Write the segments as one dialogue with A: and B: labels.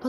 A: ポ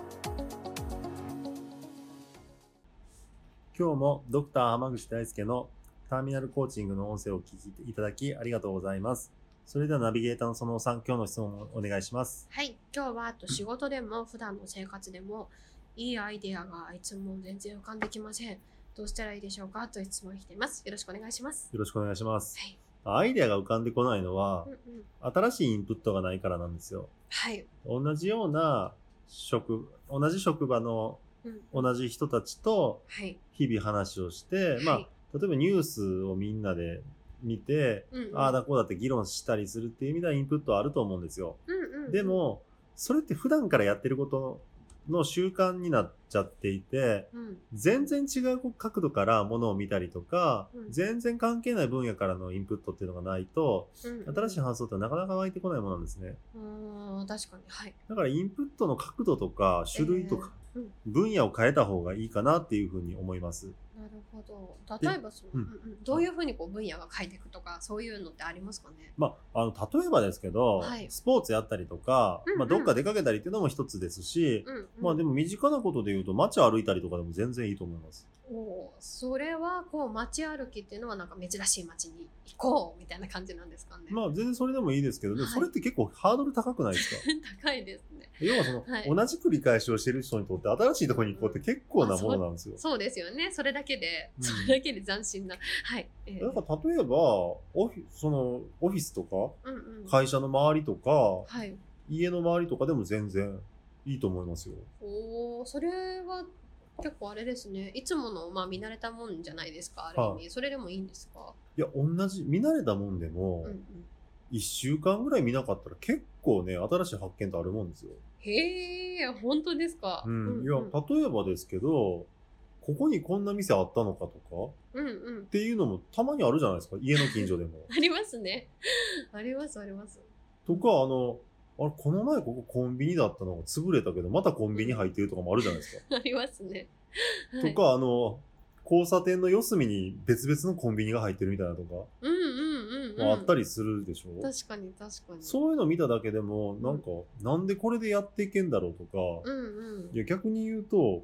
B: 今日もドクター浜口大輔のターミナルコーチングの音声をお聞きいただきありがとうございます。それではナビゲーターのそのおさん、今日の質問をお願いします。
C: はい、今日はあと仕事でも普段の生活でもいいアイデアがいつも全然浮かんできません。どうしたらいいでしょうかという質問来ています。よろしくお願いします。
B: よろしくお願いします。
C: はい。
B: アイデアが浮かんでこないのは
C: うん、うん。
B: 新しいインプットがないからなんですよ。
C: はい。
B: 同じような職、同じ職場の
C: うん。
B: 同じ人たちと
C: はい。
B: 日々話をして、まあ、
C: はい
B: 例えばニュースをみんなで見て、
C: うんうん
B: ああだこうだって議論したりするっていう意味ではインプットはあると思うんですよ。
C: うんうん。
B: で、も、それって普段からやってることの習慣になっちゃっていて、
C: うん。
B: 全然違う角度からものを見たりとか、
C: うん
B: 全然関係ない分野からのインプットっていうのがないと、
C: うん、
B: 新しい発想ってなかなか湧いてこないものなんですね。
C: うん、確かに。はい。
B: だからインプットの角度とか種類とか、
C: えーうん
B: 分野を変えた方がいいかなっていうふうに思います。
C: なるほど。例えばその、
B: う
C: うんんうん、どういうふうにこう分野が変えていくとか、そういうのってありますかね
B: まあ、あの、例えばですけど、
C: はい
B: スポーツやったりとか、
C: うんうん
B: まあ、どっか出かけたりっていうのも一つですし、
C: うん、うん。
B: まあでも身近なことで言うと街歩いたりとかでも全然いいと思います。
C: おーそれはこう街歩きっていうのはなんか珍しい街に行こうみたいな感じなんですかね、
B: まあ全然それでもいいですけど、でも
C: はい
B: それって結構ハードル高くないです か
C: 高いですね
B: 要はその、
C: はい
B: 同じ繰り返しをしてる人にとって新しいところに行こうって結構なものなんですよ。
C: そうですよね。それだけで、
B: うん
C: それだけで斬新な。はい。えー
B: だから例えば、オフィその、オフィスとか、
C: うんうん。
B: 会社の周りとか、
C: はい。
B: 家の周りとかでも全然いいと思いますよ。
C: おお、それは結構あれですね。いつもの、まあ、見慣れたもんじゃないですか。ある意味、それでもいいんですか。
B: いや、同じ、見慣れたもんでも
C: うんう、ん。
B: 一週間ぐらい見なかったら結構ね、新しい発見ってあるもんですよ。
C: へえ、本当ですか。
B: うん。いや、
C: うんうん。
B: 例えばですけど、ここにこんな店あったのかとか、
C: うんうん
B: っていうのもたまにあるじゃないですか。家の近所でも。
C: ありますね。あります、あります。
B: とか、あの、あれ、この前ここコンビニだったのが潰れたけど、またコンビニ入ってるとかもあるじゃないですか。
C: ありますね。は
B: と
C: い、
B: か、あの、交差点の四隅に別々のコンビニが入ってるみたいなとか、
C: うんうんうん、うん。
B: まああったりするでしょ、
C: 確かに、確かに。
B: そういうの見ただけでも、なんか、なんでこれでやっていけんだろうとか、
C: うんうん
B: い。や、逆に言うと、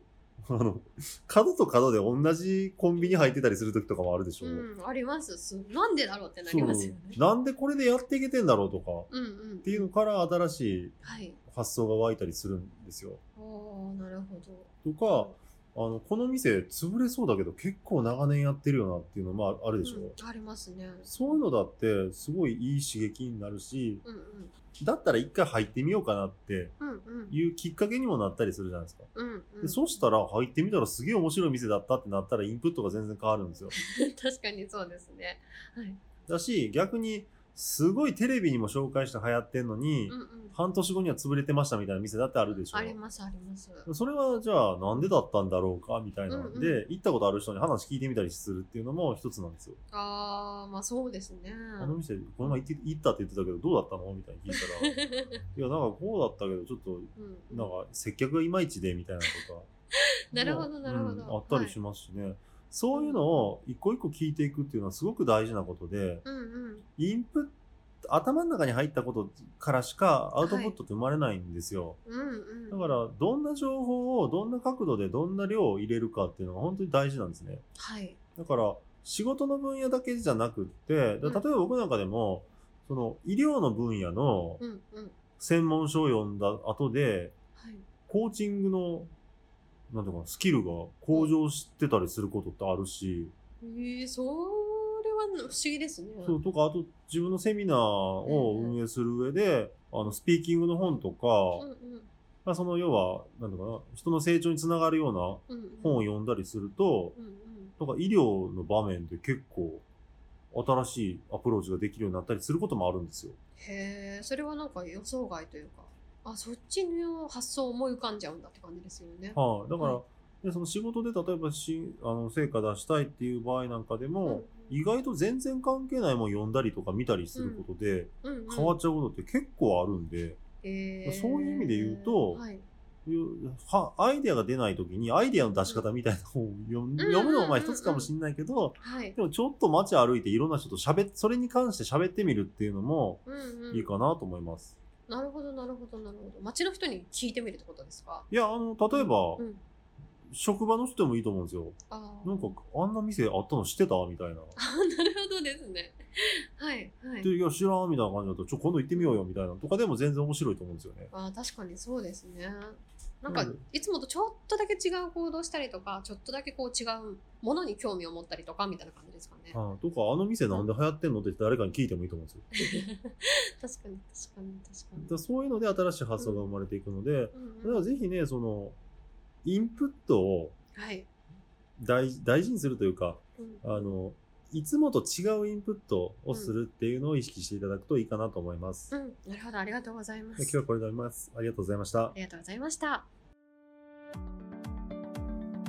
B: あの、角と角で同じコンビニ入ってたりする時とかもあるでしょ、
C: うん、あります。すなんでだろうってなりますよね。
B: そうなんでこれでやっていけてんだろうとか、
C: うんう
B: っ
C: ん。
B: ていうのから新しい
C: はい。
B: 発想が湧いたりするんですよ。
C: おーなるほど。
B: とか、あの、この店潰れそうだけど結構長年やってるよなっていうのもああるでしょ、
C: うんありますね。
B: そういうのだってすごいいい刺激になるし、
C: うんうん
B: だったら一回入ってみようかなって
C: うんうん
B: いうきっかけにもなったりするじゃないですか。
C: うんう
B: で
C: ん。
B: そうしたら入ってみたらすげえ面白い店だったってなったらインプットが全然変わるんですよ。
C: 確かにそうですね。はい。
B: だし、逆にすごいテレビにも紹介して流行ってんのに、
C: うんうん。
B: 半年後には潰れてましたみたいな店だってあるでしょ
C: ありますあります。
B: それはじゃあなんでだったんだろうかみたいな
C: うん
B: の
C: うん
B: で、行ったことある人に話聞いてみたりするっていうのも一つなんですよ。
C: ああまあそうですね。
B: あの店、この前行って行ったって言ってたけどどうだったのみたいに聞 いたら、いやなんかこうだったけどちょっと
C: うんう
B: なん
C: ん。
B: か接客がいまいちでみたいなとか。
C: なるほ
B: まあ
C: どなるほど
B: うんあったりしますしね。そういうのを一個一個聞いていくっていうのはすごく大事なことで、
C: うんうん。
B: インプット、頭の中に入ったことからしかアウトプットって生まれないんですよ。
C: うんうん。
B: だから、どんな情報をどんな角度でどんな量を入れるかっていうのが本当に大事なんですね。
C: はい。
B: だから、仕事の分野だけじゃなくって、だ例えば僕なんかでも、その医療の分野の
C: うんうん。
B: 専門書を読んだ後で、
C: はい。
B: コーチングの、なんていうかな、スキルが向上してたりすることってあるし、
C: ええそれは不思議ですね。
B: そうとか、あと自分のセミナーを運営する上で、あの、スピーキングの本と
C: うん
B: か、
C: うん
B: まあその要は、なんていうかな、人の成長につながるような
C: うんうん。
B: 本を読んだりすると、
C: うんうん。
B: なんか医療の場面で結構新しいアプローチができるようになったりすることもあるんですよ。
C: へえそれはなんか予想外というか。あそっちの発想思い浮かんじゃうんだって感じですよね。
B: はい、だから、
C: は
B: でその仕事で例えばしあの成果出したいっていう場合なんかで
C: うん
B: も、意外と全然関係ないもん読んだりとか見たりすることで、
C: うんうん
B: 変わっちゃうことって結構あるんで、
C: えー
B: そういう意味で言うと
C: はい
B: いうはアイデアが出ない時にアイデアの出し方みたいな本を読,、
C: ん
B: 読むのもまあ
C: うんうん
B: 一つかもしれないけど、
C: はい
B: でもちょっと街歩いていろんな人と喋っそれに関して喋ってみるっていうのも
C: うんうん、
B: いいかなと思います。
C: なるほどなるほどなるほど街の人に聞いてみるってことですか
B: いやあの例えば、
C: うん、
B: 職場の人でもいいと思うんですよ。
C: あー
B: なんかあんな店あったの知ってたみたいな。
C: あ なるほどですねはいはい
B: で、いや、知らんみたいな感じだと、ちょ、今度行ってみようよみたいなとかでも全然面白いと思うんですよね。
C: あー確かにそうですねなんか、
B: うん
C: いつもとちょっとだけ違う行動したりとかちょっとだけこう違うものに興味を持ったりとかみたいな感じですかね
B: あとか、あの店なんで流行ってんのって誰かに聞いてもいいと思うんですよ。
C: 確かに確かに確か
B: だ
C: に
B: からそういうので新しい発想が生まれていくので、だ
C: う
B: か
C: んう
B: ら
C: ん、
B: ぜひね、その、インプットを
C: はい、
B: 大事大事にするというか、
C: うん
B: あの、いつもと違うインプットをするっていうのを意識していただくといいかなと思います。
C: うん、なるほどありがとうござい
B: で
C: ま
B: 今
C: す
B: 日はこれで終わります。ありがとうございました
C: あ。りがとうございました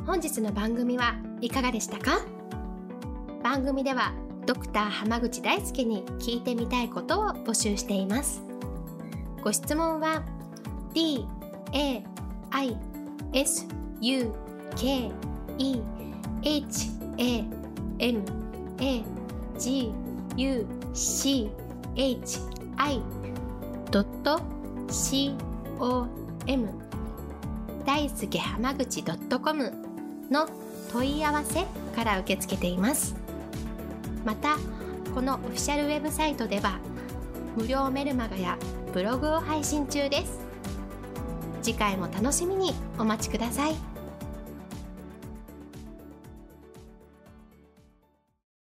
A: 本日の番組はいかがでしたか番組ではドクター濱口大輔に聞いてみたいことを募集していますご質問は d a i s u k e h a m a g u c h i c o m 大輔濱口 .com の問い合わせから受け付けていますまたこのオフィシャルウェブサイトでは無料メルマガやブログを配信中です次回も楽しみにお待ちください